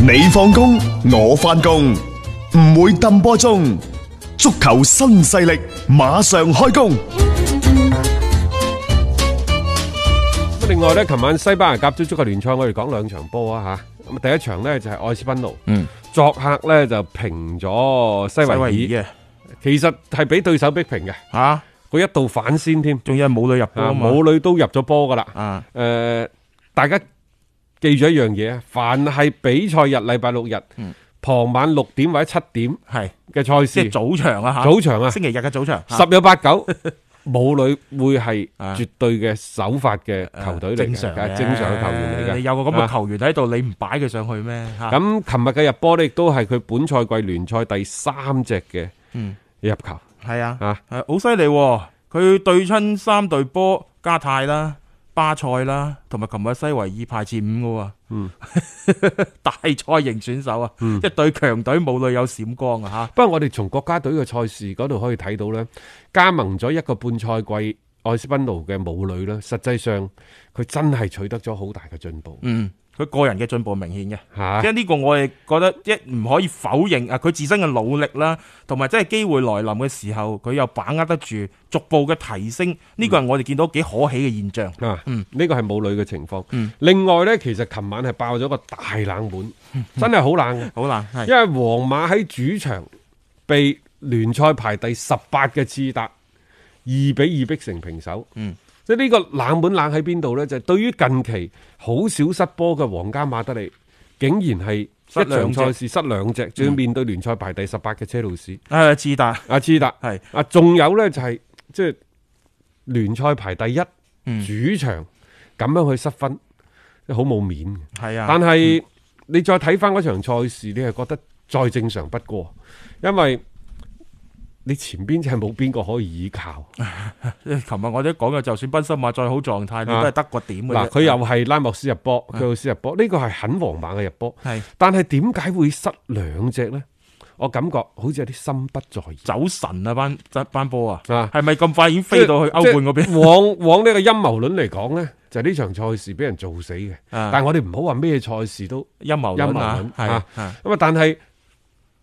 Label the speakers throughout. Speaker 1: 你放工，我翻工，唔會抌波鐘。足球新勢力馬上開工。
Speaker 2: 咁另外咧，琴晚西班牙甲組足球聯賽，我哋講兩場波啊吓。咁第一場呢，就係愛斯賓奴，
Speaker 3: 嗯
Speaker 2: 作客呢就平咗西
Speaker 3: 西
Speaker 2: 維
Speaker 3: 維
Speaker 2: 爾，
Speaker 3: 爾啊，
Speaker 2: 其實係俾對手逼平嘅，
Speaker 3: 吓，
Speaker 2: 佢一度反先添，
Speaker 3: 啊仲有係母女入波
Speaker 2: 啊
Speaker 3: 啊嘛，
Speaker 2: 母女都入咗波噶啦。
Speaker 3: 啊，
Speaker 2: 诶、大家記住一樣嘢啊，凡係比賽日，禮拜六日、
Speaker 3: 嗯
Speaker 2: 傍晚六點或者七點
Speaker 3: 係
Speaker 2: 嘅賽
Speaker 3: 即係
Speaker 2: 事，
Speaker 3: 早場啊吓，
Speaker 2: 早場啊，
Speaker 3: 星期日嘅早場，
Speaker 2: 十有八 九。母女會係
Speaker 3: 啊
Speaker 2: 絕對嘅首發嘅
Speaker 3: 啊
Speaker 2: 球隊嚟嘅，
Speaker 3: 正常嘅
Speaker 2: 正常嘅球員嚟嘅。
Speaker 3: 你有個咁
Speaker 2: 啊
Speaker 3: 嘅球員喺度，你唔擺佢上去咩？吓，
Speaker 2: 咁琴日嘅入波呢，亦都係佢本賽季聯賽第三隻嘅
Speaker 3: 嗯
Speaker 2: 入球
Speaker 3: 係啊，
Speaker 2: 啊！
Speaker 3: 係好犀利喎，佢對親三隊波，加泰啦、巴塞啦，同埋琴日西維爾排前五嘅喎，
Speaker 2: 嗯，
Speaker 3: 大賽型選手啊，
Speaker 2: 嗯
Speaker 3: 一對強隊母女有閃光啊吓，
Speaker 2: 不過我哋從國家隊嘅賽事嗰度可以睇到呢，加盟咗一個半賽季愛斯賓奴嘅母女呢，實際上佢真係取得咗好大嘅進步
Speaker 3: 嗯，佢個人嘅進步明顯嘅。
Speaker 2: 嚇。
Speaker 3: 即係呢個我哋覺得一唔可以否認啊，佢自身嘅努力啦，同埋即係機會來臨嘅時候，佢又把握得住，逐步嘅提
Speaker 2: 嗯
Speaker 3: 升，呢個係我哋見到幾可喜嘅現象。
Speaker 2: 啊，
Speaker 3: 嗯
Speaker 2: 呢個係母女嘅情況。
Speaker 3: 嗯
Speaker 2: 另外呢，其實琴晚係爆咗個大冷門，
Speaker 3: 嗯
Speaker 2: 真係好冷嘅，
Speaker 3: 好難係啊
Speaker 2: 因為皇馬喺主場被聯賽排第十八嘅智達二比二逼成平手。
Speaker 3: 嗯，
Speaker 2: 即係呢個冷門冷喺邊度呢？就係、對於近期好少失波嘅皇家馬德里，竟然係
Speaker 3: 失嗯
Speaker 2: 一場
Speaker 3: 兩隻
Speaker 2: 賽事失兩隻，仲要面對聯賽排第十八嘅車路士。
Speaker 3: 誒，智達
Speaker 2: 阿智達
Speaker 3: 係
Speaker 2: 啊，仲有呢，就係即係聯賽排第一。
Speaker 3: 嗯
Speaker 2: 主場咁樣去失分，即係好冇面嘅。
Speaker 3: 係啊，
Speaker 2: 但係你再睇翻嗰場賽事，你係覺得再正常不過，因為你前邊就係冇邊個可以依靠。
Speaker 3: 誒琴日我都講嘅，就算賓森馬再好狀態，你都係得個點嘅啫
Speaker 2: 啊嗱，佢又係拉莫斯入波，
Speaker 3: 啊
Speaker 2: 佢又斯入波，呢個係很皇馬嘅入波。
Speaker 3: 係
Speaker 2: 但係點解會失兩隻呢？我感覺好似有啲心不在焉。
Speaker 3: 走神啊，班班波啊，
Speaker 2: 啊
Speaker 3: 係咪咁快已經飛到去歐冠嗰邊？
Speaker 2: 即係往往呢個陰謀論嚟講呢，就係呢場賽事俾人做死嘅。
Speaker 3: 啊
Speaker 2: 但係我哋唔好話咩賽事都。
Speaker 3: 陰謀論啊
Speaker 2: 陰謀論，
Speaker 3: 係
Speaker 2: 啊
Speaker 3: 啊
Speaker 2: 咁啊，但係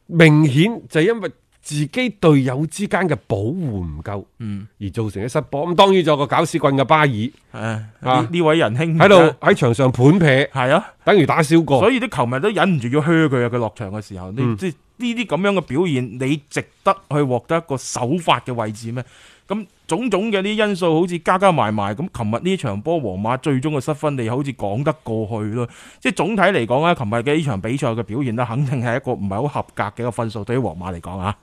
Speaker 2: 明顯就因為自己隊友之間嘅保護唔夠，
Speaker 3: 嗯，
Speaker 2: 而造成嘅失波。咁當然仲有個搞屎棍嘅巴爾喺
Speaker 3: 誒呢呢位仁兄
Speaker 2: 度啊喺場上盤劈，
Speaker 3: 係啊。
Speaker 2: 等於打小過。
Speaker 3: 所以啲球迷都忍唔住要噓佢啊！佢落場嘅時候，你
Speaker 2: 嗯
Speaker 3: 即係呢啲咁樣嘅表現，你值得去獲得一個首發嘅位置咩？咁種種嘅啲因素，好似加加埋埋咁，琴日呢場波皇馬最終嘅失分，你好似講得過去咯。即係總體嚟講啊，琴日嘅呢場比賽嘅表現咧，肯定係一個唔係好合格嘅一個分數，對於皇馬嚟講啊。